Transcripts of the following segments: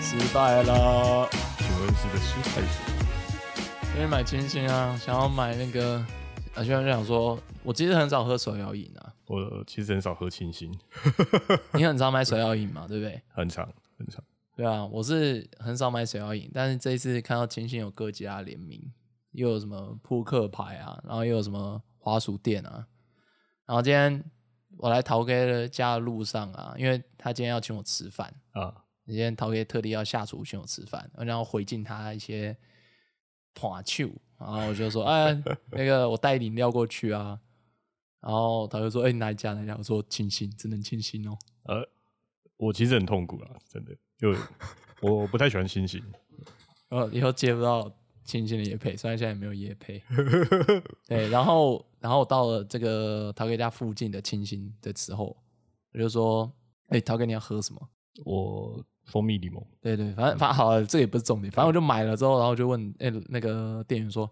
失败了。请问是在失败什因为买清新啊，想要买那个，啊，就像想说，我其实很少喝手摇饮啊，我其实很少喝清新，你很常买手摇饮嘛，对不对？很长很长。对啊，我是很少买手摇饮，但是这一次看到清新有各家联名，又有什么扑克牌啊，然后又有什么滑鼠店啊，然后今天我来陶哥的家的路上啊，因为他今天要请我吃饭，啊，今天陶哥特地要下厨请我吃饭，然后回敬他一些盘球，然后我就说，哎，那个我带饮料过去啊，然后他就说，哎、你哪一家哪一家？我说清新，只能清新哦。呃，我其实很痛苦啦，真的，因为我不太喜欢清新。呃，以后接不到清新的夜配，虽然现在也没有夜配。对，然后然后我到了这个陶哥家附近的清新的时候，我就说：“哎、陶哥你要喝什么我蜂蜜柠檬，？”对对，反正反正好了，这也不是重点，反正我就买了之后，然后我就问哎、那个店员说。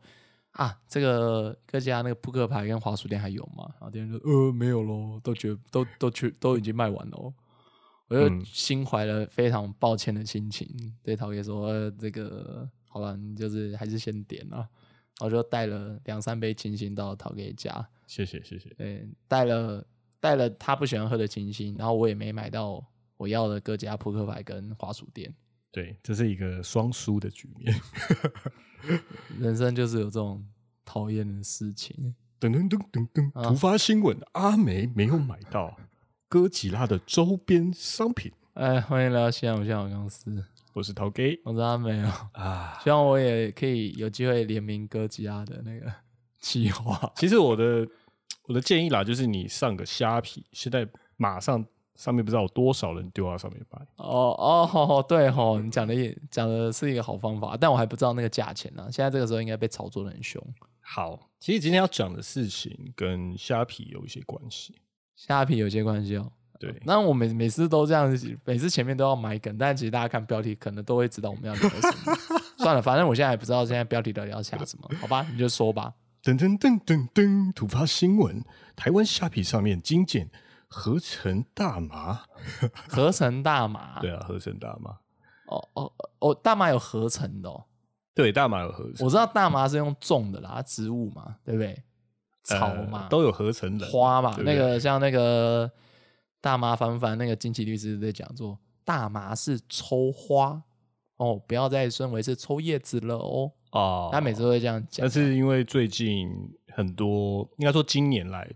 啊，这个各家那个扑克牌跟滑鼠店还有吗？然后店员说，呃，没有咯，都绝都都去都已经卖完了。哦我就嗯心怀了非常抱歉的心情，对陶哥说：“呃，这个好了，你就是还是先点了。”我就带了两三杯清新到陶哥家，谢谢谢谢。对，带了带了他不喜欢喝的清新，然后我也没买到我要的各家扑克牌跟滑鼠店。对，这是一个双输的局面。人生就是有这种讨厌的事情。噔噔噔噔噔，突发新闻：阿梅没有买到哥吉拉的周边商品。哎，欢迎来到西安，我是小公司，我是陶 gay 我是阿美哦。啊。希望我也可以有机会联名哥吉拉的那个 计划。其实我的我的建议啦，就是你上个虾皮，现在马上上面不知道有多少人丢到上面买。哦哦，吼吼对吼，你讲的也讲的是一个好方法，但我还不知道那个价钱呢、现在这个时候应该被炒作的很凶。好，其实今天要讲的事情跟虾皮有一些关系。虾皮有些关系哦。对，那我每每次都这样子，每次前面都要买梗，但其实大家看标题可能都会知道我们要聊什么。 算了，反正我现在也不知道现在标题到底要下什么，好吧，你就说吧。噔噔噔噔噔，突发新闻：台湾虾皮上面精简合成大麻。合成大麻，对啊，合成大麻。哦哦哦，大麻有合成的、哦，对，大麻有合成，我知道大麻是用种的啦，植物嘛，对不对？草呃嘛，都有合成人花嘛，对不那对个像那个大麻凡凡那个金奇律师在讲说，大麻是抽花哦，不要再认为是抽叶子了哦。哦。他每次都会这样讲但，是因为最近很多，应该说今年来，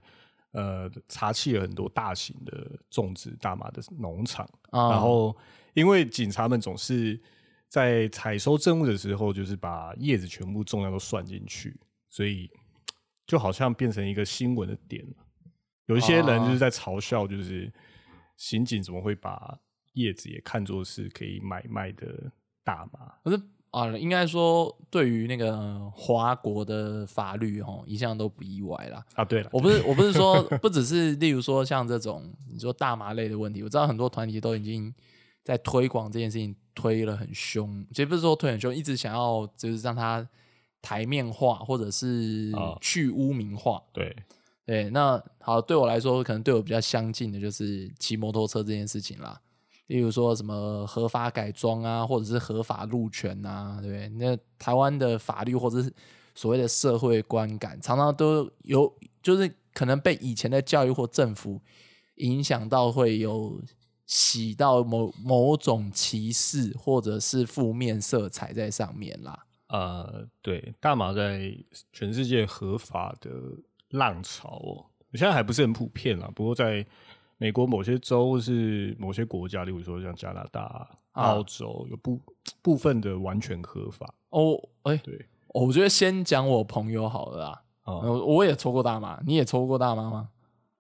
呃，查起了很多大型的种植大麻的农场，啊然后因为警察们总是在采收证物的时候，就是把叶子全部重量都算进去，所以就好像变成一个新闻的点了。有一些人就是在嘲笑，就是刑警怎么会把叶子也看作是可以买卖的大麻？可是啊，应该说对于那个呃华国的法律哦，一向都不意外啦。啊，对了，我不是我不是说不只是例如说像这种你说大麻类的问题，我知道很多团体都已经在推广这件事情推了很凶，其实不是说推很凶，一直想要就是让它台面化或者是啊去污名化。对，对，那好，对我来说，可能对我比较相近的就是骑摩托车这件事情啦。例如说什么合法改装啊，或者是合法路权啊，对不对？那台湾的法律或者是所谓的社会观感，常常都有，就是可能被以前的教育或政府影响到，会有洗到某某种歧视或者是负面色彩在上面啦。呃，对，大麻在全世界合法的浪潮哦，现在还不是很普遍啦。不过在美国某些州或是某些国家，例如说像加拿大、啊澳洲，有部部分的完全合法。哦，哎、对，我觉得先讲我朋友好了啦。啊、呃我也抽过大麻，你也抽过大麻吗？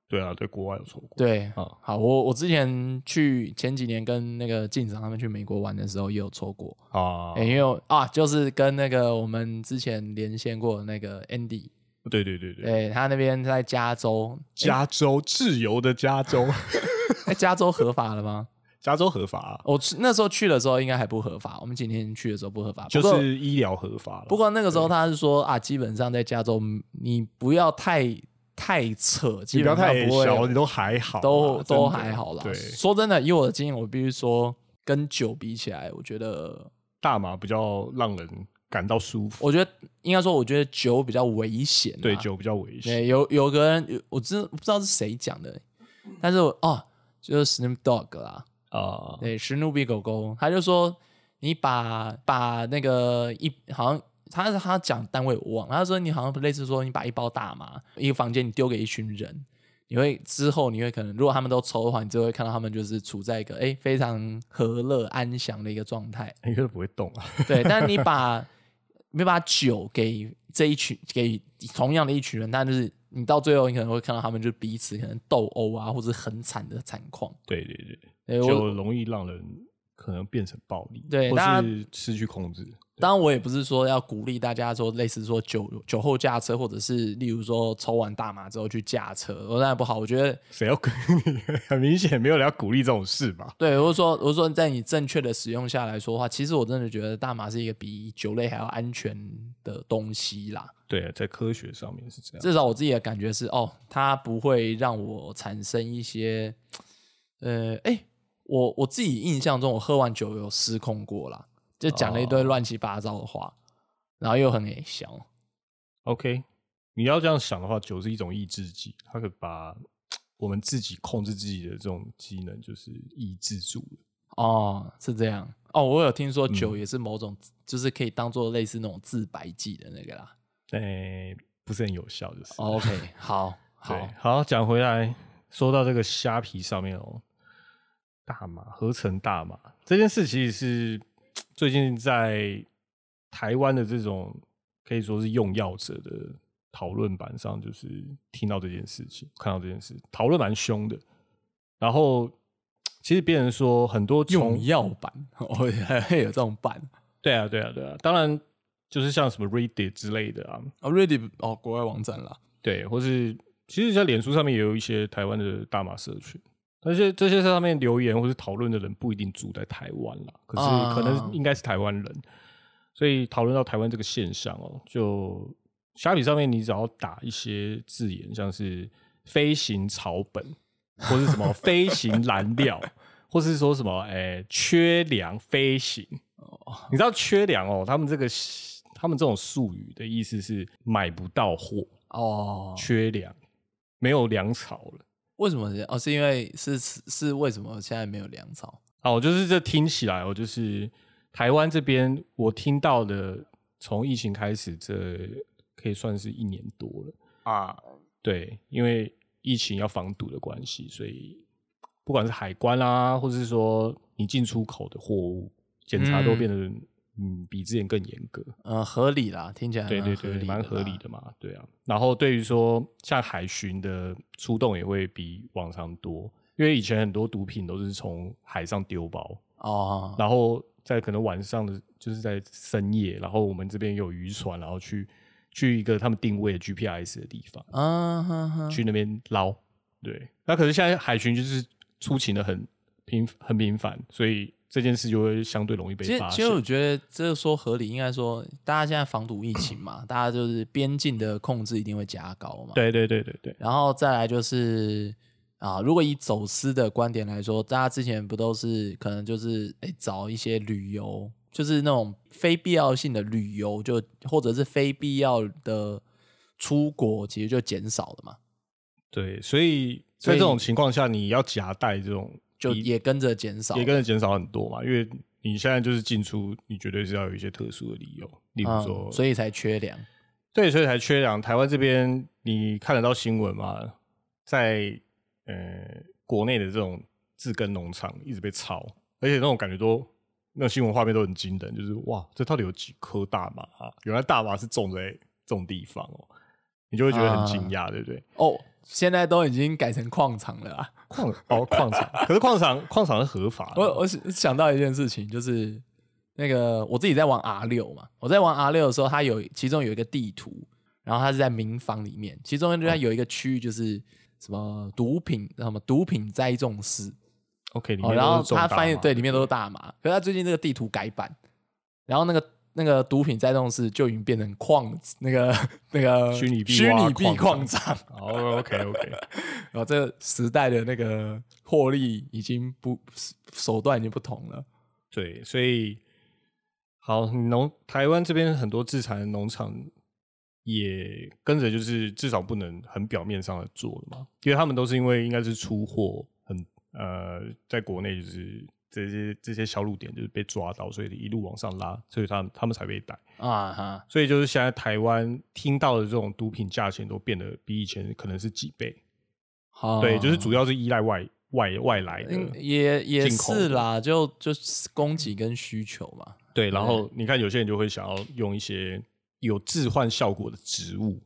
对啊，对国外有错过。对，啊好，我我之前去前几年跟那个晋长他们去美国玩的时候也有抽过，啊，诶因为我啊，就是跟那个我们之前连线过的那个 Andy，对对对对，对他那边在加州，加州自由的加州， 哎，加州合法了吗？加州合法啊、我去那时候去的时候应该还不合法，我们几年去的时候不合法，就不过是医疗合法了。不过那个时候他是说啊，基本上在加州嗯你不要太太扯，你基不要本上太不会有小，你都还好啊，都真都的还好啦。对，说真的，以我的经验，我必须说，跟酒比起来，我觉得，大麻比较让人感到舒服，我觉得应该说，我觉得酒比较危险、啊。对，酒比较危险。对，有有个人，我知不知道是谁讲的，但是我哦，就是 Snoop Dogg 啦，啊，对，史努比狗狗，他就说你把把那个一好像他是他讲单位我忘了，他说你好像类似说你把一包大麻一个房间你丢给一群人，你会之后你会可能如果他们都抽的话，你就会看到他们就是处在一个哎、诶非常和乐安详的一个状态，应该是不会动啊。对，但你把你把酒给这一群给同样的一群人，但就是你到最后你可能会看到他们就彼此可能斗殴啊，或者是很惨的惨况。对对对，对我就容易让人可能变成暴力，对大家或是失去控制。当然，我也不是说要鼓励大家说类似说酒酒后驾车，或者是例如说抽完大麻之后去驾车，我当然不好。我觉得，谁要鼓励？很明显没有人要鼓励这种事吧？对我是说，我是说，在你正确的使用下来说的话，其实我真的觉得大麻是一个比酒类还要安全的东西啦。对，在科学上面是这样。至少我自己的感觉是，哦，它不会让我产生一些，呃，哎、我我自己印象中，我喝完酒有失控过啦，就讲了一堆乱七八糟的话，然后又很诶小。 OK，你要这样想的话，酒是一种抑制剂，它可以把我们自己控制自己的这种机能，就是抑制住了。哦，是这样。哦，我有听说嗯酒也是某种，就是可以当做类似那种自白剂的那个啦。哎、不是很有效，就是。哦 OK，好 对好，，好，讲回来，说到这个虾皮上面哦，大麻合成大麻这件事，其实是最近在台湾的这种可以说是用药者的讨论版上，就是听到这件事情，看到这件事，讨论蛮凶的。然后，其实别人说很多从用药版，哦，还会有这种版。对啊，对啊，对啊，当然就是像什么 Reddit 之类的啊，哦，Ready 哦，国外网站啦。对，或是其实，在脸书上面也有一些台湾的大马社群，但是这些上面留言或是讨论的人不一定住在台湾啦，可是啊可能应该是台湾人，所以讨论到台湾这个现象哦、就虾皮上面你只要打一些字眼，像是飞行草本，或是什么飞行燃料，或是说什么诶、缺粮飞行，你知道缺粮哦、他们这个他们这种术语的意思是买不到货。哦，缺粮，没有粮草了。为什么是？哦，是因为是是是为什么现在没有粮草？哦，就是这听起来，我就是台湾这边我听到的，从疫情开始，这可以算是一年多了啊。对，因为疫情要防堵的关系，所以不管是海关啦、或者是说你进出口的货物检查都嗯变得嗯比之前更严格。呃，合理啦，听起来对对蛮对，蛮蛮合理的的嘛，对啊。然后对于说像海巡的出动也会比往常多，因为以前很多毒品都是从海上丢包，啦。哦，然后在可能晚上的就是在深夜，然后我们这边有渔船，然后去去一个他们定位的 GPS 的地方，啊哈哈，去那边捞。对，那可是现在海巡就是出勤的很频很频繁，所以这件事就会相对容易被其实发，其现实。我觉得这说合理，应该说大家现在防堵疫情嘛， 大家就是边境的控制一定会加高嘛。对对对对对，然后再来就是啊，如果以走私的观点来说，大家之前不都是可能就是诶找一些旅游，就是那种非必要性的旅游，就或者是非必要的出国，其实就减少了嘛，对，所以所在以这种情况下，你要夹带这种就也跟着减少了。也跟着减少很多嘛，因为你现在就是进出，你绝对是要有一些特殊的理由，例如说，嗯，所以才缺粮。对，所以才缺粮。台湾这边你看得到新闻嘛，在呃国内的这种自耕农场一直被抄，而且那种感觉都。那新闻画面都很惊人，就是哇，这到底有几颗大麻、啊？原来大麻是种在这种地方哦，你就会觉得啊很惊讶，对不对？哦，现在都已经改成矿场了啊！ 矿哦，矿场，可是矿场矿场是合法的，我我想想到一件事情，就是那个我自己在玩 R 六嘛，我在玩 R 六的时候，它有其中有一个地图，然后它是在民房里面，其中就哦它有一个区域就是什么毒品什么毒品栽种室， OK，里哦，面然都后是种他大翻译麻对里面都是大麻，可是他最近这个地图改版，然后那个那个毒品栽种室就已经变成矿那个那个虚拟币虚挖拟币矿矿场，哦哦，OK OK，然后这个时代的那个获利已经不手段已经不同了。对，所以好农台湾这边很多自产的农场也跟着就是至少不能很表面上的做了嘛，因为他们都是因为应该是出货很呃，在国内就是这些这些销路点就是被抓到，所以一路往上拉，所以他们他们才被逮。啊哈，所以就是现在台湾听到的这种毒品价钱都变得比以前可能是几倍，好，对，就是主要是依赖外外外来的，哦嗯也也进口是啦，就就是供给跟需求嘛，对，然后你看有些人就会想要用一些有置换效果的植物，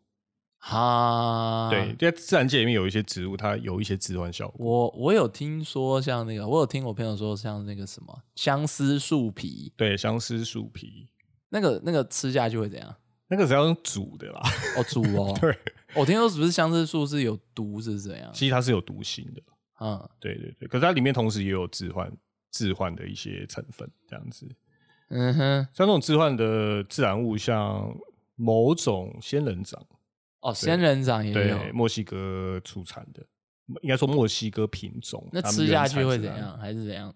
哈，对，在自然界里面有一些植物它有一些置换效果，我我有听说像那个，我有听我朋友说像那个什么相思树皮，对，相思树皮那个那个吃下去会怎样？那个只要用煮的啦，哦，煮哦。 对，我听说是不是相思树是有毒是怎样？其实它是有毒性的，嗯对对对，可是它里面同时也有置换置换的一些成分，这样子，嗯哼，像这种置换的自然物，像某种仙人掌，哦，仙人掌也有，对，墨西哥出产的，应该说墨西哥品种，那他们吃原下产去会自怎然样？？还是怎样？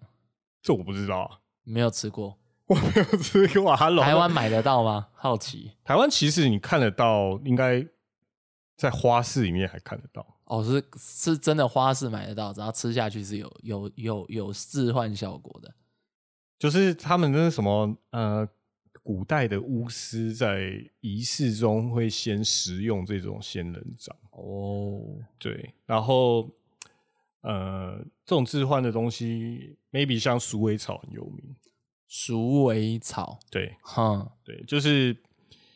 这我不知道啊， 没有吃过，我没有吃过啊。Hello，台湾买得到吗？好奇。台湾其实你看得到，应该在花市里面还看得到。哦，是是真的花市买得到，然后吃下去是有有有有置换效果的。就是他们那什么呃，古代的巫师在仪式中会先食用这种仙人掌，哦，对，然后呃，这种置换的东西，maybe 像鼠尾草很有名，鼠尾草，对哼，对，就是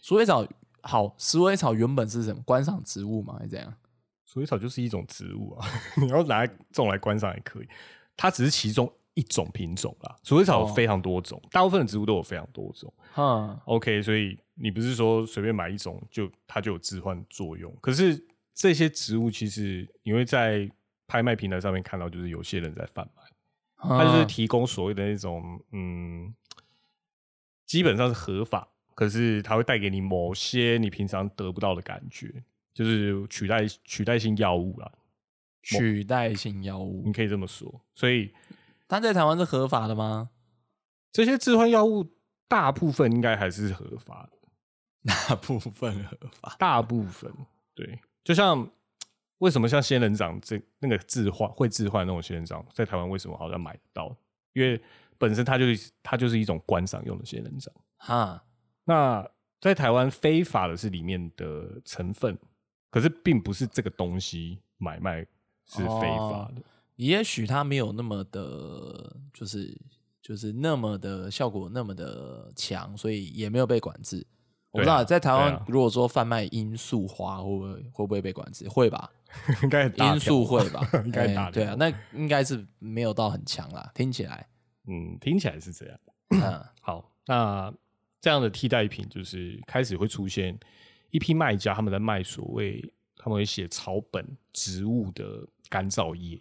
鼠尾草好，鼠尾草原本是什么观赏植物吗？还是怎样？鼠尾草就是一种植物啊， 你要拿来种来观赏也可以。它只是其中一种品种啦，鼠尾草有哦非常多种，大部分的植物都有非常多种。哼， OK，所以你不是说随便买一种就它就有置换作用，可是这些植物其实你会在拍卖平台上面看到，就是有些人在贩卖，它它就是嗯提供所谓的那种嗯，基本上是合法，可是它会带给你某些你平常得不到的感觉，就是取代取代性药物啦，取代性药物你。可以这么说。所以它在台湾是合法的吗？ 这些置换药物大部分应该还是合法的，大部分合法。大部分对，就像。为什么像仙人掌这那个置换会置换那种仙人掌，在台湾为什么好像买得到？因为本身它就是它就是一种观赏用的仙人掌。哈，那在台湾非法的是里面的成分，可是并不是这个东西买卖是非法的。哦也许它没有那么的，就是就是那么的效果那么的强，所以也没有被管制。我不知对道啊在台对湾啊，如果说贩卖罂粟花，会不会会不会被管制？会吧，应该很大条，罂粟会吧 应该大哎对啊条，那应该是没有到很强啦，听起 来，嗯，听起来是这样。嗯，好，那这样的替代品就是开始会出现一批卖家，他们在卖所谓他们会写草本植物的干燥液，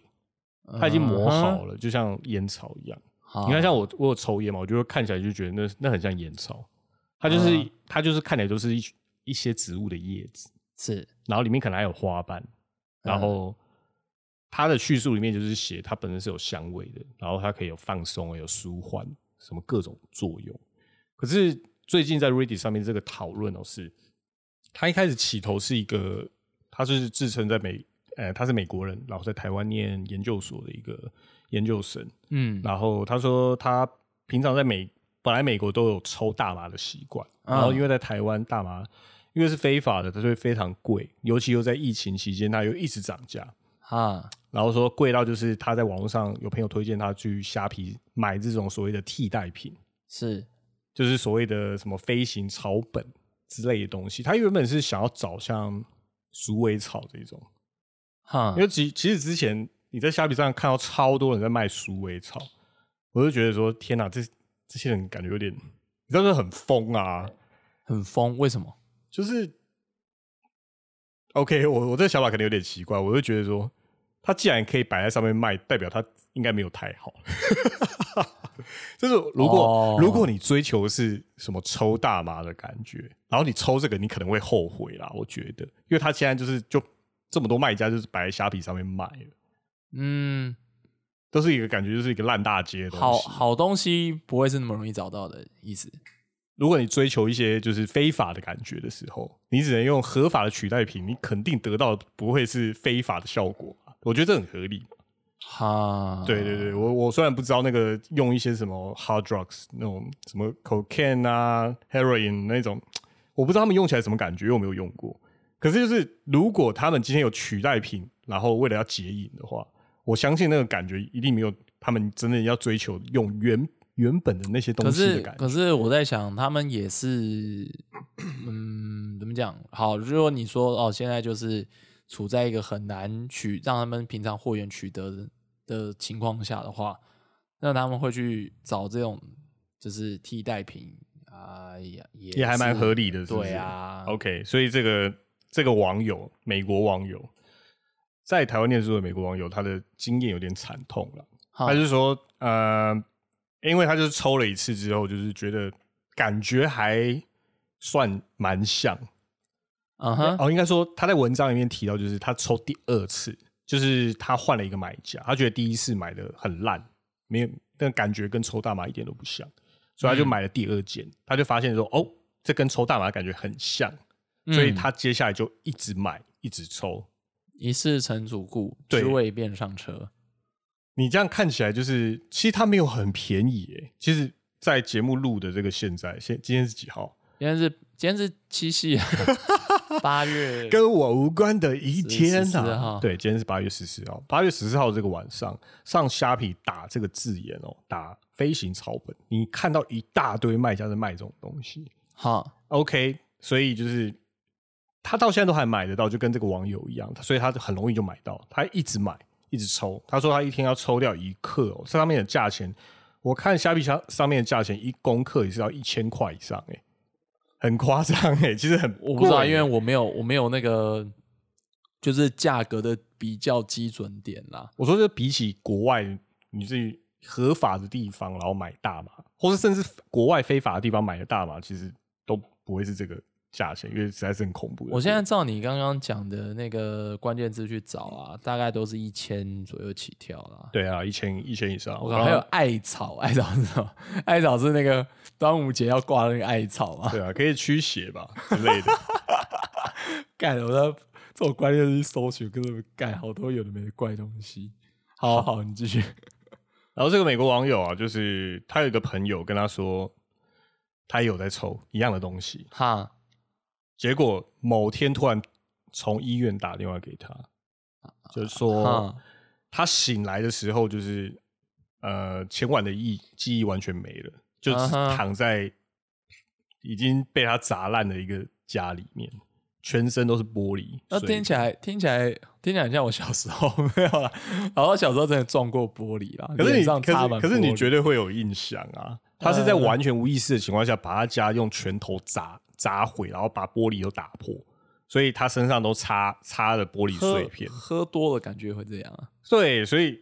它已经磨好了，就像烟草一样。嗯好你看，像我，我有抽烟嘛，我就会看起来就觉得那那很像烟草，它就是、嗯它就是看起来就是一一些植物的叶子，是然后里面可能还有花瓣，然后它的叙述里面就是写它本身是有香味的，然后它可以有放松、啊有舒缓，什么各种作用。可是最近在 Reddit 上面这个讨论哦，是他一开始起头是一个，他是自称在美，呃，他是美国人，然后在台湾念研究所的一个研究生，嗯然后他说他平常在美本来美国都有抽大麻的习惯，嗯然后因为在台湾大麻因为是非法的，它就会非常贵，尤其又在疫情期间，它又一直涨价。啊然后说贵到就是他在网络上有朋友推荐他去虾皮买这种所谓的替代品，是就是所谓的什么飞行草本之类的东西。他原本是想要找像鼠尾草这种，哈因，为其其实之前你在虾皮上看到超多人在卖鼠尾草，我就觉得说天哪，这这些人感觉有点，你知道这很疯啊，很疯，为什么？就是。OK，我我这个想法可能有点奇怪，我就觉得说，他既然可以摆在上面卖，代表他应该没有太好。 就是如果、哦如果你追求的是什么抽大麻的感觉，然后你抽这个，你可能会后悔啦。我觉得，因为他现在就是就这么多卖家就是摆在虾皮上面卖了。嗯，都是一个感觉，就是一个烂大街的东好西好东西不会是那么容易找到的意思。如果你追求一些就是非法的感觉的时候，你只能用合法的取代品，你肯定得到的不会是非法的效果嘛。我觉得这很合理。哈，对对对，我我虽然不知道那个用一些什么 hard drugs 那种什么 cocaine 啊 heroin 那种，我不知道他们用起来什么感觉，因为我没有用过。可是就是如果他们今天有取代品，然后为了要解瘾的话，我相信那个感觉一定没有他们真的要追求用原原本的那些东可西是的感觉。可是我在想，他们也是，嗯，怎么讲？好，如果你说哦，现在就是处在一个很难取让他们平常货源取得的的情况下的话，那他们会去找这种就是替代品啊，也也也还蛮是合理的是不是哦对啊 OK，所以这个这个网友，美国网友在台湾念书的美国网友，他的经验有点惨痛了。哈他就说，呃，因为他就是抽了一次之后，就是觉得感觉还算蛮像。嗯哼，哦，应该说他在文章里面提到，就是他抽第二次，就是他换了一个买家，他觉得第一次买的很烂，没有那感觉跟抽大麻一点都不像，所以他就嗯买了第二件，他就发现说，哦，这跟抽大麻的感觉很像，所以嗯他接下来就一直买，一直抽。一世成主顾，对知味便上车。你这样看起来就是，其实它没有很便宜诶、其实，在节目录的这个现在，现今天是几号？今天是今天是七夕，啊 八月跟我无关的一天是14啊号！对，今天是八月十四号，八月十四号这个晚上上虾皮打这个字眼哦，打飞行草本，你看到一大堆卖家在卖这种东西。哈， OK，所以就是他到现在都还买得到，就跟这个网友一样，所以他很容易就买到，他一直买，一直抽。他说他一天要抽掉一克、哦，这上面的价钱，我看虾皮上上面的价钱一公克也是要一千块以上哎、很夸张哎，其实很我不知道，贵因为我没有我没有那个就是价格的比较基准点啦。我说，这比起国外，你自己合法的地方，然后买大麻，或是甚至国外非法的地方买的大麻，其实都不会是这个价钱，因为实在是很恐怖的。我现在照你刚刚讲的那个关键字去找啊，大概都是一千左右起跳啦。对啊，一千一千以上，我然靠，后还有艾草， 艾草是什么？艾草是那个端午节要挂的那个艾草嘛？对啊，可以驱邪吧之类的。干，我在这种关键字去搜寻，跟他们干好多有的没的怪东西。好好，你继续。然后这个美国网友啊，就是他有一个朋友跟他说，他也有在抽一样的东西，哈，结果某天突然从医院打电话给他，就是说啊哈，他醒来的时候，就是呃前晚的忆记忆完全没了，就啊只哈躺在已经被他砸烂的一个家里面，全身都是玻璃。那所以听起来听起来听起来很像我小时候 没有啦，然后小时候真的撞过玻璃啦，可是脸你上可擦是满可是你玻璃绝对会有印象啊！他是在呃完全无意识的情况下，把他家用拳头砸砸毁，然后把玻璃都打破，所以他身上都擦擦了玻璃碎片。喝多了感觉会这样啊？对，所以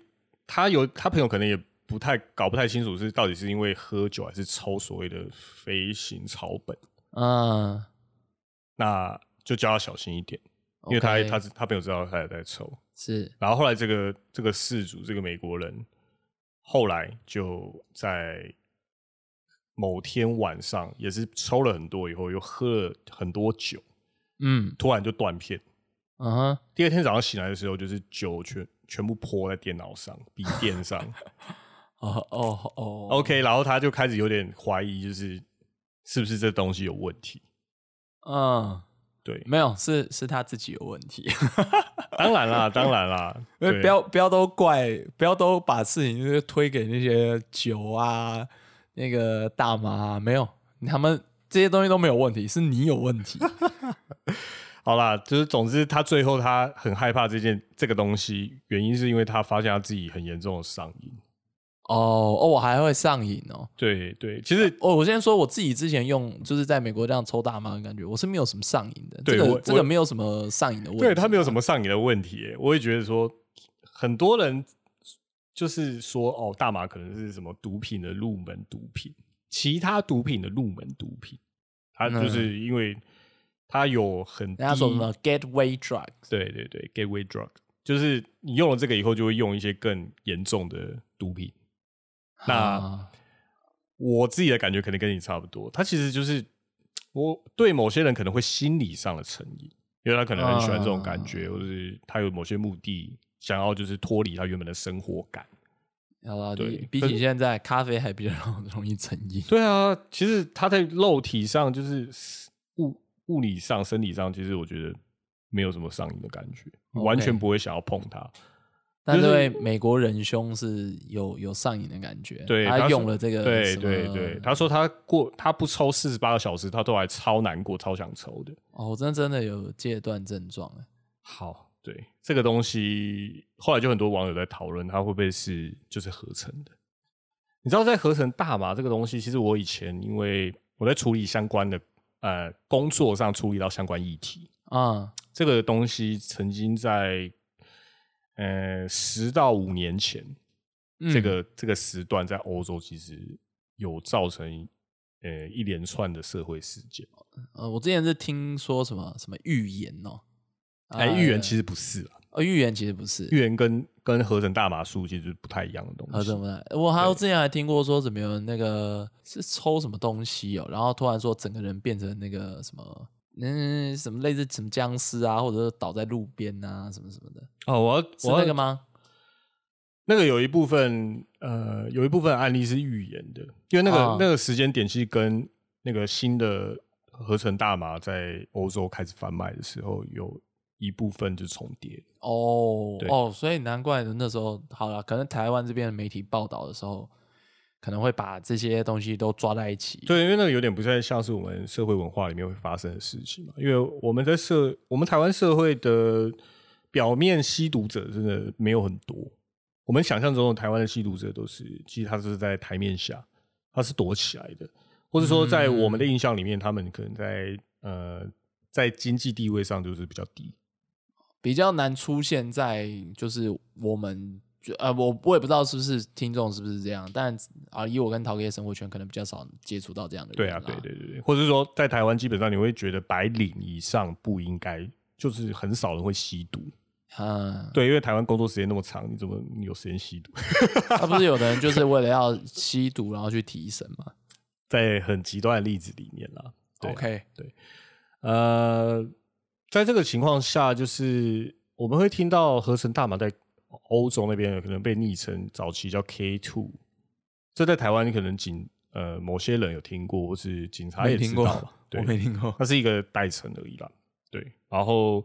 他有他朋友可能也不太搞不太清楚是到底是因为喝酒还是抽所谓的飞行草本，嗯，那就叫他小心一点，因为他 OK，他他朋友知道他也在抽，是然后后来这个这个事主这个美国人，后来就在某天晚上也是抽了很多以后，又喝了很多酒，嗯突然就断片。嗯哼第二天早上醒来的时候，就是酒全全部泼在电脑上、笔电上。哦哦哦 OK，然后他就开始有点怀疑，就是是不是这东西有问题？嗯，对，没有是是他自己有问题，当 然啦，当然啦，呃因为对 不要不要都怪不要都把事情就是推给那些酒啊那个大麻啊，没有他们这些东西都没有问题，是你有问题。 好啦，就是总之，他最后他很害怕这件这个东西，原因是因为他发现他自己很严重的上瘾。哦哦，我还会上瘾哦。对对，其实哦，我先说我自己之前用，就是在美国这样抽大麻的感觉，我是没有什么上瘾的。对这我个这个我没有什么上瘾的问题。对他没有什么上瘾的问题耶。我也觉得说，很多人就是说哦，大麻可能是什么毒品的入门毒品，其他毒品的入门毒品，他就是因为他有很低嗯嗯人家说什么 gateway drug， 对对对，gateway drug，就是你用了这个以后，就会用一些更严重的毒品。那啊我自己的感觉可能跟你差不多，它其实就是我对某些人可能会心理上的成瘾，因为他可能很喜欢这种感觉，或者是他有某些目的，想要就是脱离他原本的生活感。要到对比比可是起现在，咖啡还比较 容易成瘾。对啊，其实他在肉体上就是物物理上、生理上，其实我觉得没有什么上瘾的感觉， OK 完全不会想要碰它。但就是这位美国仁兄是有有上瘾的感觉，对，他说用了这个，对对对，他说他过他不抽四十八个小时，他都还超难过、超想抽的。哦，我真的真的有戒断症状哎，好，对这个东西，后来就很多网友在讨论，它会不会是就是合成的？你知道，在合成大麻这个东西，其实我以前因为我在处理相关的呃工作上处理到相关议题，啊、这个东西曾经在呃十到五年前，嗯这个这个时段在欧洲其实有造成呃一连串的社会事件。呃，我之前是听说什么什么预言哦，哎、啊预言其实不是啊，呃预言其实不是预言跟跟合成大麻素其实不太一样的东西。啊，怎么了？我还有之前还听过说怎么有那个是抽什么东西哦，然后突然说整个人变成那个什么。嗯，什么类似什么僵尸啊，或者是倒在路边啊，什么什么的，哦，我要是我要那个？吗？那个有一部分呃，有一部分案例是预言的，因为那个、啊那个时间点其实跟那个新的合成大麻在欧洲开始贩卖的时候，有一部分就重叠。哦对哦，所以难怪那时候好了，可能台湾这边的媒体报道的时候，可能会把这些东西都抓在一起。，对，因为那个有点不太像是我们社会文化里面会发生的事情嘛。因为我们在社，我们台湾社会的表面吸毒者真的没有很多。我们想象中的台湾的吸毒者都是，其实他是在台面下，他是躲起来的，或者说在我们的印象里面，他们可能在呃在经济地位上就是比较低。比较难出现在就是我们就呃，我我也不知道是不是听众是不是这样，但啊，以我跟陶哥的生活圈，可能比较少接触到这样的对人啊，啦对对对对，或者是说在台湾基本上你会觉得白领以上不应该，就是很少人会吸毒。嗯，对，因为台湾工作时间那么长，你怎么你有时间吸毒？他不是有的人就是为了要吸毒，然后去提神嘛在很极端的例子里面啦。 对啊？OK，呃，在这个情况下，就是我们会听到合成大麻在欧洲那边可能被昵称早期叫 K two，这在台湾可能警呃某些人有听过，或是警察也没知听道过嘛，对我没听过。它是一个代称而已啦。对，然后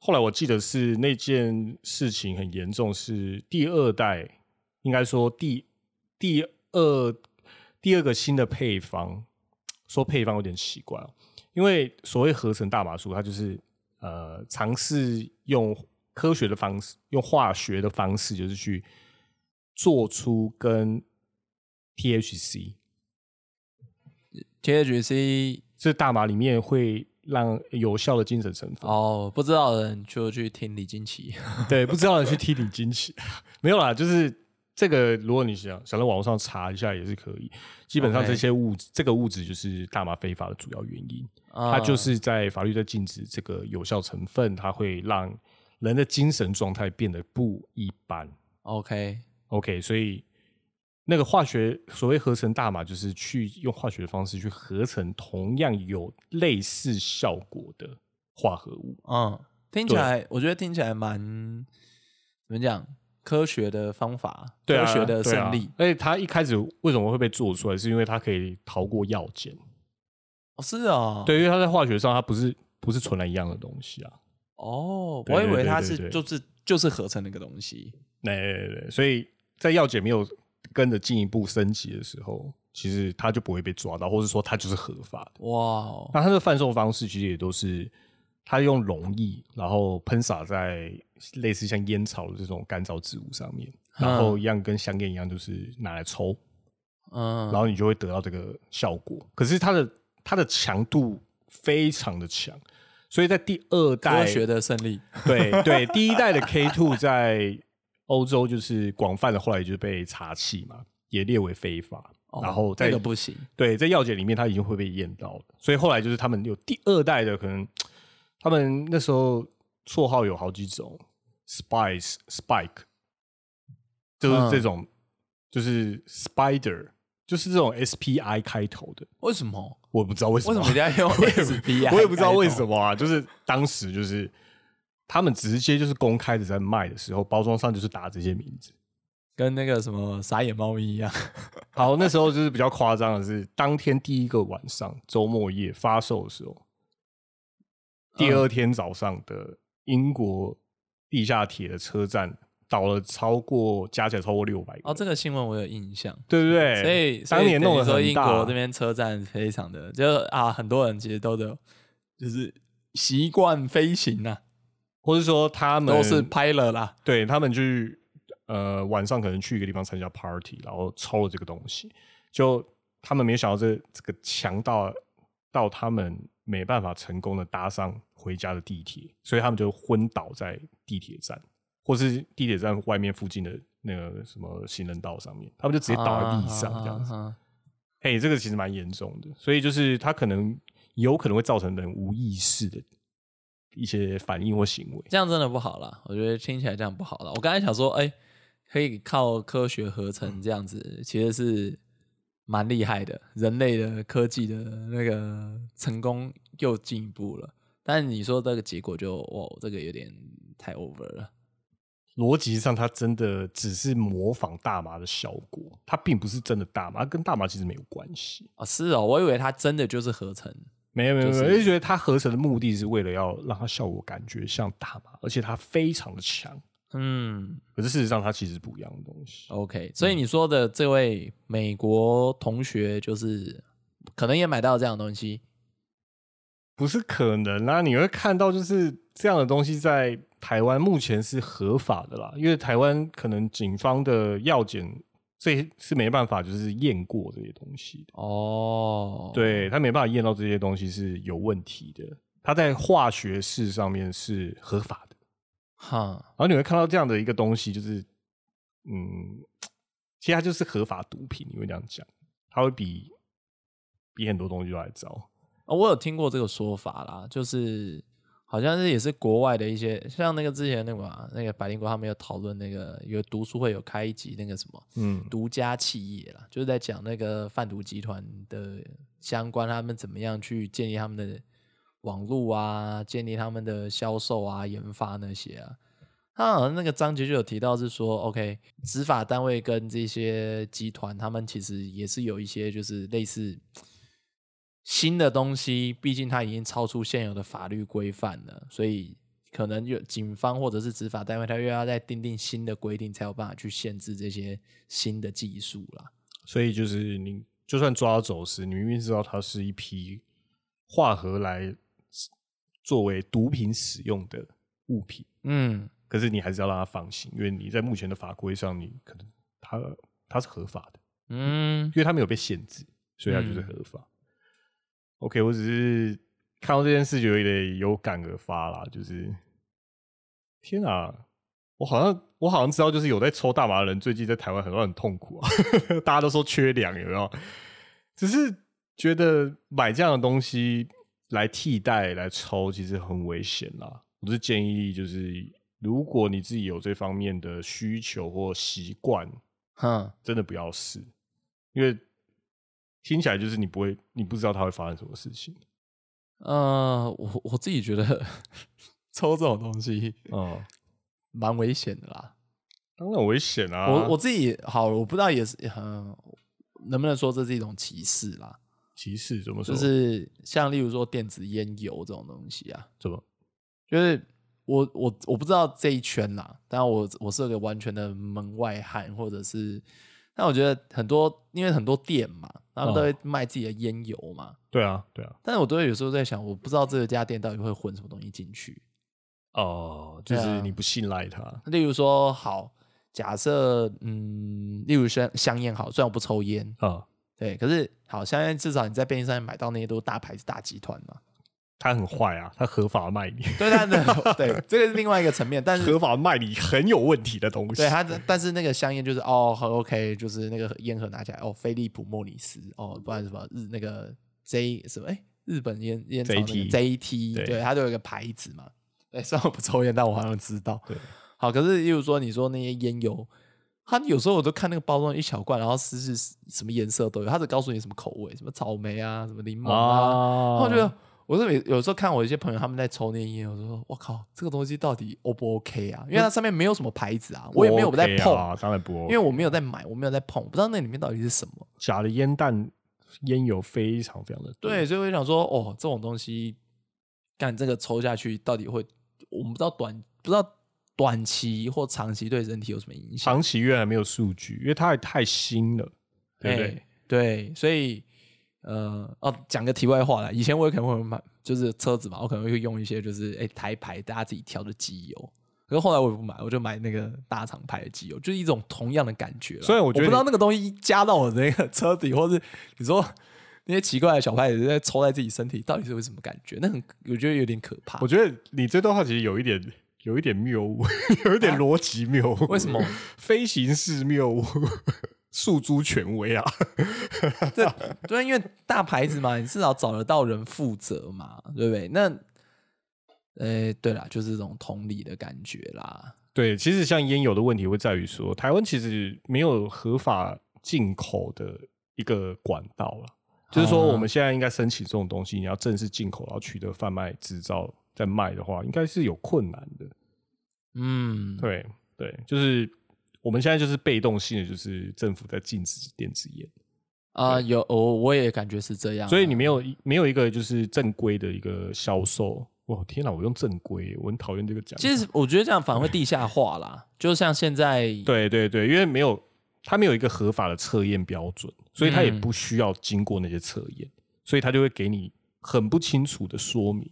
后来我记得是那件事情很严重，是第二代，应该说第第二第二个新的配方，说配方有点奇怪哦，因为所谓合成大麻素，它就是呃尝试用科学的方式，用化学的方式，就是去做出跟 THC THC 这大麻里面会让有效的精神成分。哦，不知道的人就去听李金奇。 对，不知道的去替你惊喜， 没有啦，就是这个，如果你想想在网络上查一下也是可以。基本上 OK 这些物质这个物质就是大麻非法的主要原因，它就啊是在法律在禁止这个有效成分，它会让人的精神状态变得不一般。 OK， OK，所以那个化学所谓合成大麻，就是去用化学的方式去合成同样有类似效果的化合物。嗯，听起对来我觉得听起来蛮怎么讲科学的方法，对啊，科学的对胜利啊、、而且它一开始为什么会被做出来，是因为它可以逃过药检。哦，是哦，对，因为它在化学上，它不是不是纯然一样的东西啊。哦，对我以对为对它对是对就是就是合成那个东西对对对对，哎所以在药检没有跟着进一步升级的时候，其实它就不会被抓到，或者说它就是合法的。哇哦，那它的贩售方式其实也都是它用溶液，然后喷洒在类似像烟草的这种干燥植物上面，然后一样跟香烟一样，就是拿来抽。嗯，然后你就会得到这个效果。可是它的它的强度非常的强，所以在第二代科学的胜利，对对第一代的 K two 在欧洲就是广泛的，后来就被查起嘛，也列为非法。哦然后在这个不行，对在药检里面，它已经会被验到了，所以后来就是他们有第二代的，可能他们那时候绰号有好几种， Spice Spike，就是这嗯种，就是 Spider，就是这种 S P I 开头的，为什么？我不知道为什为么，啊什么一定要 用我也不 SP 啊？我也不知道为什。么啊，就是当时就是他们直接就是公开的在卖的时候，包装上就是打这些名字。跟那个什么傻眼猫咪一样，好，那时候就是比较夸张的是，当天第一个晚上周末夜发售的时候，第嗯二天早上的英国地下铁的车站倒了超过加起来超过六百个，哦，这个新闻我有印象。对不对？所以所以当年弄得等于说很英大，国这边车站非常的，就啊，很多人其实都的，就是习惯飞行啊，或是说他们都是拍了啦。对他们去呃晚上可能去一个地方参加 party，然后抽了这个东西，就他们没想到这这个强到到他们没办法成功的搭上回家的地铁，所以他们就昏倒在地铁站，或是地铁站外面附近的那个什么行人道上面，他们就直接倒在地上这样子。啊啊啊哎、这个其实蛮严重的，所以就是他可能有可能会造成人无意识的一些反应或行为。这样真的不好啦，我觉得听起来这样不好啦。我刚才想说，哎、可以靠科学合成这样子，其实是蛮厉害的，人类的科技的那个成功又进一步了。但你说这个结果就哇，这个有点太 over 了。逻辑上，它真的只是模仿大麻的效果，它并不是真的大麻，它跟大麻其实没有关系。哦，是哦，我以为它真的就是合成，没有没有就是没有，我就觉得它合成的目的是为了要让它效果感觉像大麻，而且它非常的强。嗯可是事实上，它其实是不一样的东西。 ，OK。所以你说的这位美国同学，就是可能也买到这样的东西，不是可能啊！你会看到就是这样的东西在台湾目前是合法的啦，因为台湾可能警方的药检这是没办法就是验过这些东西的。哦，，对他没办法验到这些东西是有问题的，它在化学式上面是合法的。哈，然后你会看到这样的一个东西，就是嗯，其实它就是合法毒品，你会这样讲，它会比比很多东西都还糟。哦我有听过这个说法啦，就是好像是也是国外的一些，像那个之前那个嘛那个百灵国他们有讨论那个有读书会有开一集那个什么嗯，独家企业啦，就是在讲那个贩毒集团的相关，他们怎么样去建立他们的网络啊，建立他们的销售啊、研发那些啊。他好像那个章节就有提到是说，OK，执法单位跟这些集团，他们其实也是有一些就是类似新的东西，毕竟它已经超出现有的法律规范了，所以可能有警方或者是执法单位，他又要再订定新的规定，才有办法去限制这些新的技术啦。所以就是你就算抓到走私，你明明知道它是一批化合来作为毒品使用的物品，嗯，可是你还是要让它放行，因为你在目前的法规上，你可能它它是合法的。嗯因，为他没有被限制，所以他就是嗯合法。OK，我只是看到这件事就有点有感而发啦，就是天啊，我好像我好像知道，就是有在抽大麻的人最近在台湾很多人很痛苦啊， 大家都说缺粮，有没有？只是觉得买这样的东西来替代来抽，其实很危险啦。我是建议，就是如果你自己有这方面的需求或习惯，哼，真的不要试，因为听起来就是你不会，你不知道它会发生什么事情。呃，我我自己觉得 抽这种东西哦，蛮危险的啦。当然危险啊！我我自己好，我不知道也是，嗯、能不能说这是一种歧视啦？歧视怎么说？就是像例如说电子烟油这种东西啊，怎么？就是我我我不知道这一圈啦，但我我是个完全的门外汉，或者是，但我觉得很多因为很多店嘛，他们都嗯会卖自己的烟油嘛，对啊，对啊，但是我都会有时候在想，我不知道这家店到底会混什么东西进去。哦，就对啊是你不信赖它。例如说，好，假设嗯，例如香香烟好，虽然我不抽烟，啊，对，可是好香烟至少你在便利商店买到那些都是大牌子大集团嘛，它很坏啊，它合法卖你，对，但是 对这个是另外一个层面，但是合法卖你很有问题的东西。对他，但是那个香烟就是哦很，OK，就是那个烟盒拿起来哦，菲利普莫里斯哦，不然什么日那个 J 什么哎，日本烟烟草那个 JT JT，对对，它就有一个牌子嘛。对，虽然我不抽烟，但我好像知道。对，好，可是例如说你说那些烟油，它有时候我都看那个包装一小罐，然后是是什么颜色都有，它只告诉你什么口味，什么草莓啊，什么柠檬哦啊，然后我觉得，我是每有时候看我一些朋友他们在抽那烟，我就说我靠，这个东西到底 O 不 OK 啊？因为它上面没有什么牌子啊，我也没有在碰，啊，当然不 OK，因为我没有在买，我没有在碰，我不知道那里面到底是什么。假的烟弹烟油非常非常的多对，，所以我就想说，哦，这种东西，干这个抽下去到底会，我们不知道短不知道短期或长期对人体有什么影响。长期月还没有数据，因为它还太新了，对不对哎？对，所以呃，哦，讲个题外话啦，以前我也可能会买，就是车子嘛，我可能会用一些就是哎台牌大家自己调的机油。可是后来我也不买，我就买那个大厂牌的机油，就是一种同样的感觉啦。所以我觉得不知道你那个东西加到我的那个车底，或是你说那些奇怪的小牌子在抽在自己身体，到底是有什么感觉？那很我觉得有点可怕我。觉得你这段话其实有一点。有一点谬误， 有一点逻辑谬误。啊为什么？ 飞行式谬误，诉诸权威啊！ 对，啊因为大牌子嘛，你至少找得到人负责嘛，对不对？那，呃，对啦，就是这种同理的感觉啦。对，其实像烟油的问题会在于说，台湾其实没有合法进口的一个管道了。就是说，我们现在应该申请这种东西，你要正式进口，然后取得贩卖执照再卖的话，应该是有困难的。嗯，对对，就是我们现在就是被动性的，就是政府在禁止电子烟，啊、有我我也感觉是这样啊、所以你没有没有一个就是正规的一个销售。哇，天哪！我用正规，我很讨厌这个讲法。其实我觉得这样反而会地下化啦，就像现在对对对，因为没有他没有一个合法的测验标准，所以他也嗯不需要经过那些测验，所以他就会给你很不清楚的说明。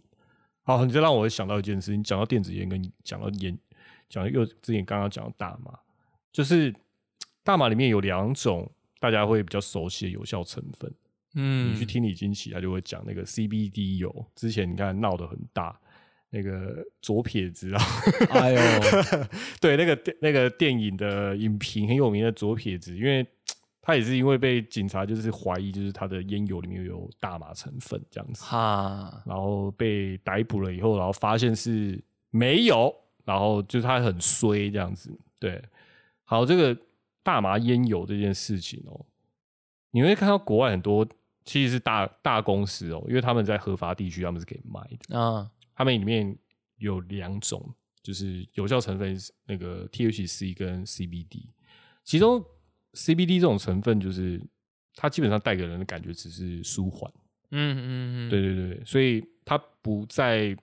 好，你这让我想到一件事，你讲到电子烟，跟你讲到烟，讲到又之前刚刚讲到大麻，就是大麻里面有两种大家会比较熟悉的有效成分，嗯你去听李金奇，他就会讲那个 CBD 油，之前你看闹得很大。那个左撇子啊， 哎呦，对，那个电那个电影的影评很有名的左撇子，因为他也是因为被警察就是怀疑，就是他的烟油里面有大麻成分这样子，哈，然后被逮捕了以后，然后发现是没有，然后就是他很衰这样子。对，好，这个大麻烟油这件事情哦，你会看到国外很多其实是大大公司哦，因为他们在合法地区他们是可以卖的。啊，它们里面有两种，就是有效成分是那个 THC 跟 CBD，其中 CBD 这种成分就是它基本上带给人的感觉只是舒缓，嗯嗯嗯，对对对，所以它不在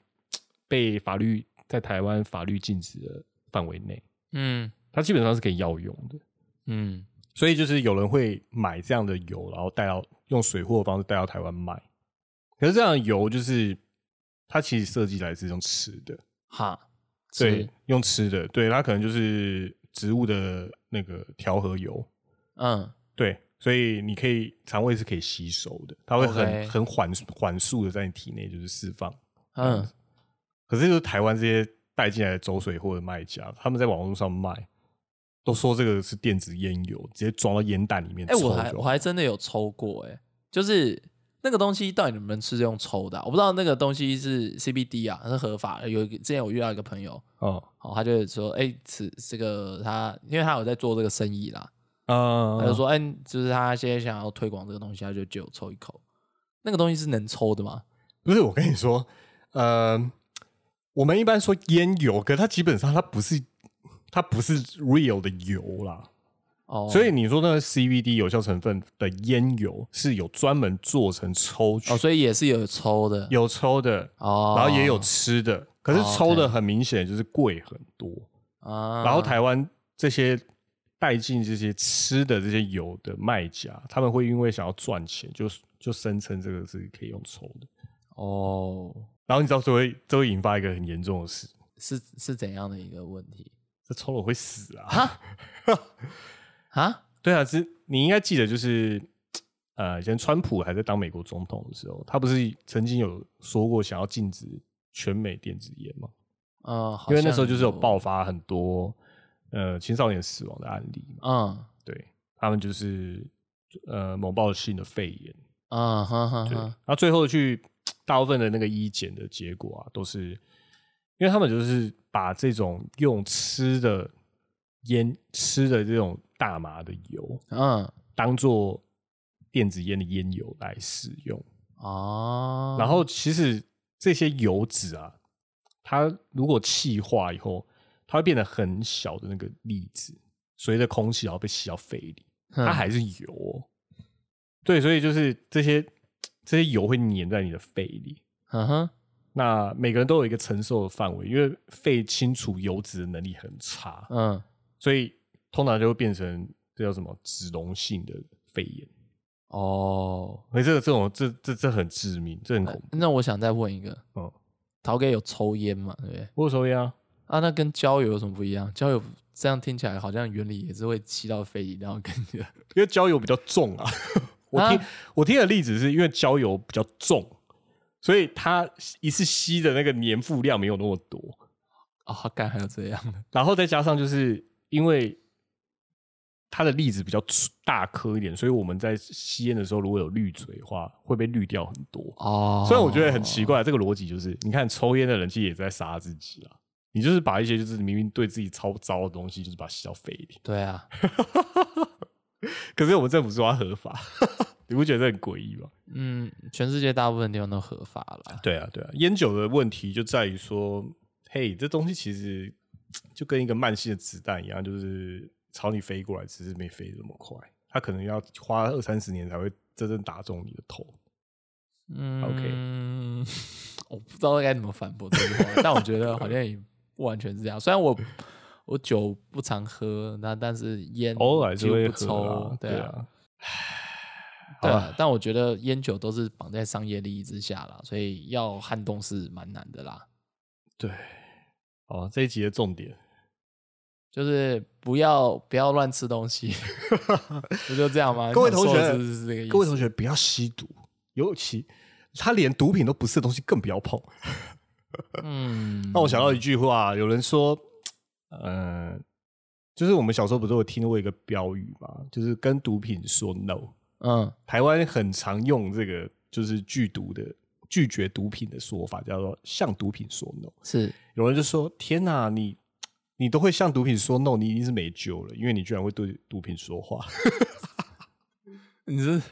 被法律在台湾法律禁止的范围内，嗯它基本上是可以药用的。嗯，所以就是有人会买这样的油，然后带到用水货的方式带到台湾卖。可是这样的油就是它其实设计来是用吃的，哈，对是，，用吃的，对，它可能就是植物的那个调和油，嗯对，所以你可以肠胃是可以吸收的，它会很 OK 很缓缓速的在你体内就是释放。嗯，可是就是台湾这些带进来的走水货的卖家，他们在网络上卖，都说这个是电子烟油，直接装到烟弹里面哎、抽就我好。还我还真的有抽过、哎，就是那个东西到底能不能吃是用抽的啊、我不知道那个东西是 CBD 啊，是合法的。有一个之前我遇到一个朋友，哦，哦，他就说，哎、此这个他，因为他有在做这个生意啦，嗯，他就说，哎、就是他现在想要推广这个东西，他就借我抽一口。那个东西是能抽的吗？不是，我跟你说，呃，我们一般说烟油，可它基本上它不是它不是 real 的油啦，哦，所以你说那个 CBD 有效成分的烟油是有专门做成抽取，哦，所以也是有抽的，有抽的，哦，然后也有吃的，可是哦，OK 抽的很明显就是贵很多，啊，然后台湾这些。带进这些吃的这些油的卖家，他们会因为想要赚钱，就就声称这个是可以用抽的，哦然后你知道这会这会引发一个很严重的事，是是怎样的一个问题这抽了我会死啊！啊啊？对啊，是你应该记得，就是呃，以前川普还在当美国总统的时候，他不是曾经有说过想要禁止全美电子烟吗？呃，好因为那时候像就是有爆发很多呃青少年死亡的案例嘛，嗯对他们就是呃猛爆性的肺炎，嗯哼哼对，哼然后最后去大部分的那个医检的结果啊，都是因为他们就是把这种用吃的烟、吃的这种大麻的油，嗯，当做电子烟的烟油来使用。哦，然后其实这些油脂啊，它如果气化以后，它会变得很小的那个粒子，随着空气然后被吸到肺里，它嗯还是油、哦。对，所以就是这些这些油会粘在你的肺里。嗯哼，那每个人都有一个承受的范围，因为肺清除油脂的能力很差，嗯，所以通常就会变成这叫什么脂溶性的肺炎。哦，而这个这种这这这很致命，这嗯很恐怖。那我想再问一个，嗯，陶哥有抽烟嘛？对不对？我有抽烟啊，啊，那跟交友有什么不一样？交友这样听起来好像原理也是会吸到肺里，然后跟你的因为焦油比较重啊。我听、我听的例子是因为焦油比较重，所以它一次吸的那个年复量没有那么多，啊，干、还有这样的，然后再加上就是因为它的粒子比较粗大颗一点，所以我们在吸烟的时候如果有滤嘴的话，会被滤掉很多。哦，虽然我觉得很奇，怪，这个逻辑就是，你看抽烟的人其实也在杀自己啊。你就是把一些就是明明对自己超糟的东西，就是把它吸到肺里。对啊，可是我们政府说它合法， 你不觉得这很诡异吗？嗯，全世界大部分地方都合法 了，对啊，对啊，烟酒的问题就在于说，嘿，这东西其实就跟一个慢性的子弹一样，就是朝你飞过来，只是没飞得那么快，它可能要花二三十年才会真正打中你的头。嗯 OK 我不知道该怎么反驳这句话，但我觉得好像也不完全是这样。虽然我我酒不常喝，那但是烟偶尔还是几乎会嗯不喝抽啦，对啊，啊，对好啊，但我觉得烟酒都是绑在商业利益之下啦，所以要撼动是蛮难的啦。对。哦，这一集的重点，就是不要不要乱吃东 西，不就这样吗？各位你想同说学的是是这个意思。各位同学不要吸毒，尤其他连毒品都不是的东西更不要碰。嗯，让我想到一句话，有人说，呃，就是我们小时候不是有听过一个标语嘛，就是跟毒品说 no。嗯台湾很常用这个，就是拒毒的拒绝毒品的说法，叫做向毒品说 no。是有人就说：“天哪、你你都会向毒品说 no，你一定是没救了，因为你居然会对毒品说话。你是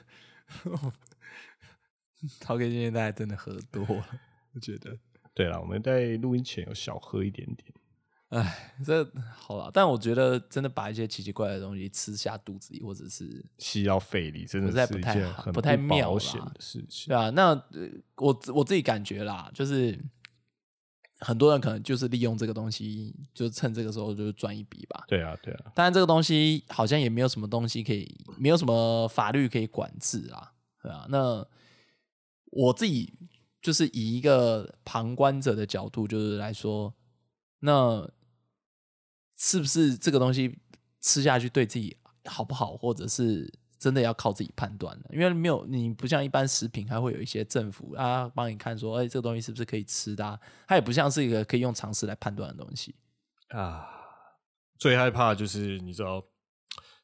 陶哥今天大概真的喝多了，我觉得。”对了，我们在录音前有小喝一点点。哎，这好了，但我觉得真的把一些奇奇怪怪的东西吃下肚子里，或者是吸到肺里，真的不太是不一太件好很不太妙保啦险的事情对。啊，那呃我自我自己感觉啦，就是很多人可能就是利用这个东西，就趁这个时候就是赚一笔吧。对啊，对啊，当然，这个东西好像也没有什么东西可以，没有什么法律可以管制啦，对啊。那我自己就是以一个旁观者的角度，就是来说，那是不是这个东西吃下去对自己好不好，或者是真的要靠自己判断的？因为没有你不像一般食品，还会有一些政府啊帮你看说，哎、这个东西是不是可以吃的、啊？它也不像是一个可以用常识来判断的东西。啊，最害怕就是你知道，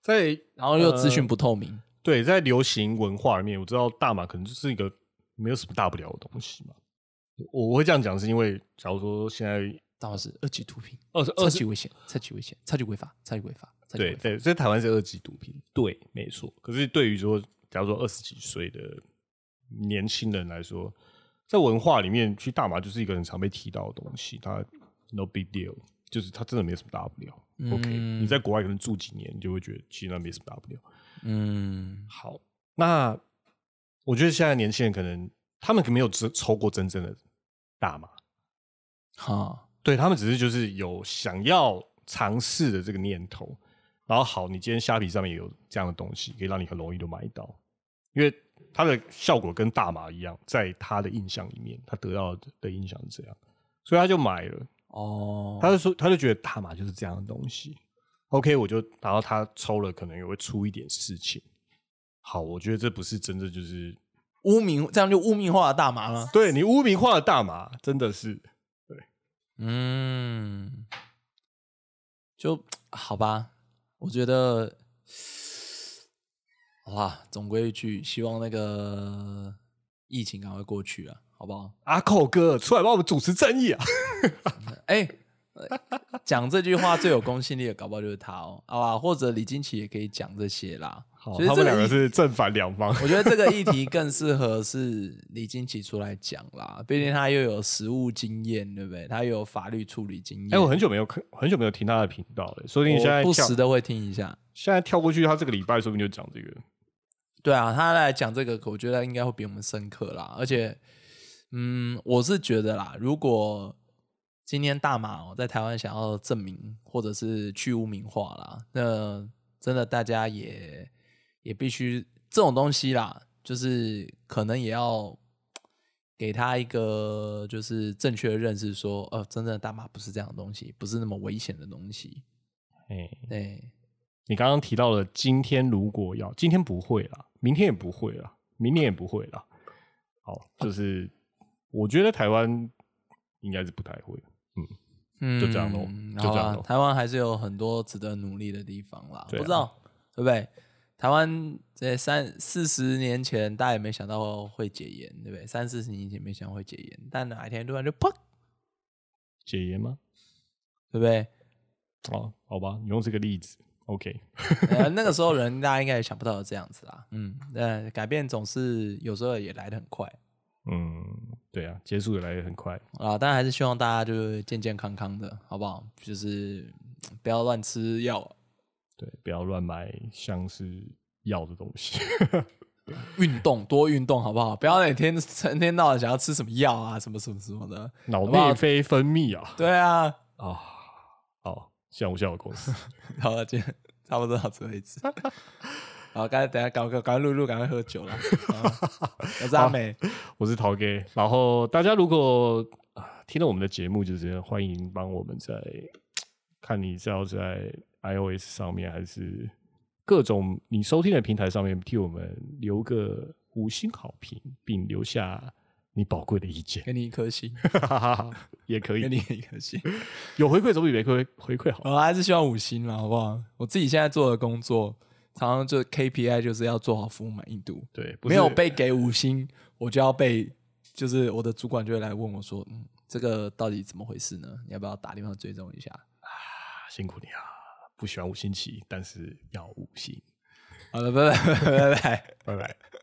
在呃然后哦又资讯不透明，对在流行文化里面，我知道大麻可能就是一个没有什么大不了的东西嘛。我我会这样讲，是因为假如说现在当然是二级毒品，二十超二级十危险，超级危险，超级违法，超级违法，超级对违法。对，在台湾是二级毒品，对，没错。可是对于说，假如说二十几岁的年轻人来说，在文化里面，其实大麻就是一个很常被提到的东西，它 no big deal，就是它真的没什么大不了。OK，嗯你在国外可能住几年，你就会觉得其实那没什么大不了。嗯，好，那我觉得现在年轻人可能他们可没有抽抽过真正的大麻，好，对他们只是就是有想要尝试的这个念头。然后好，你今天虾皮上面也有这样的东西，可以让你很容易的买到，因为它的效果跟大麻一样，在他的印象里面，他得到的的印象是这样，所以他就买了。哦，他就说，他就觉得大麻就是这样的东西。OK，我就然后他抽了，可能也会出一点事情。好，我觉得这不是真正就是污名，这样就污名化了大麻吗？对你污名化了大麻，真的是嗯，就好吧，我觉得，好吧，总归一句，希望那个疫情赶快过去啊，好不好？阿寇哥出来帮我们主持正义啊！哎、呃讲这句话最有公信力的，搞不好就是他哦，好吧？或者李金奇也可以讲这些啦。好，其实他这们两议个是正反两方。 我觉得这个议题更适合是李金奇出来讲啦，毕竟他又有实务经验，对不对？他又有法律处理经验。哎、我很久没有看，很久没有听他的频道了，说不定现在我不跳时的会听一下。现在跳过去，他这个礼拜说不定就讲这个。对啊，他来讲这个，我觉得应该会比我们深刻啦。而且，嗯，我是觉得啦，如果今天大马、哦、在台湾想要证明或者是去污名化啦，那真的大家也也必须这种东西啦，就是可能也要给他一个就是正确的认识说呃，真正的大麻不是这样的东西，不是那么危险的东西。哎、对，你刚刚提到了，今天如果要，今天不会啦，明天也不会啦，明年也不会啦。好，就是我觉得台湾应该是不太会。嗯就这样咯就好这样啊咯台湾还是有很多值得努力的地方啦，对啊不知道对不对？台湾在三四十年前，大家也没想到会解严，对不对？三四十年前没想到会解严，但哪一天突然就砰，解严吗？对不对？哦，好吧，你用这个例子，OK， 呃，那个时候人大家应该也想不到这样子啦。嗯，呃，改变总是有时候也来得很快嗯，对啊，结束也来得很快。啊，但还是希望大家就是健健康康的，好不好？就是嗯不要乱吃药，啊对，不要乱买像是药的东西。 运动，多运动好不好？不要每天成天到晚想要吃什么药啊，什么什么什么的。脑不好内啡分泌啊对啊，啊，好，像不像我公司？好了，今天差不多到这为止。好，刚才等一下赶快赶快录录，赶快喝酒了。 好我是阿美，我是陶哥。然后大家如果、啊、听了我们的节目，就是欢迎帮我们在看你是要在 iOS 上面还是各种你收听的平台上面替我们留个五星好评，并留下你宝贵的 意见，给你一颗星，也可给以哎你哦一颗星。有回馈总比没回回馈好。我还是希望五星嘛，好不好？我自己现在做的工作，常常就 KPI 就是要做好服务满意度，对，不没是啊有被给五星，我就要被，就是我的主管就会来问我说，嗯，这个到底怎么回事呢？你要不要打电话追踪一下？辛苦你啊，不喜欢五星旗，但是要五星，好了，拜拜，拜拜。拜拜。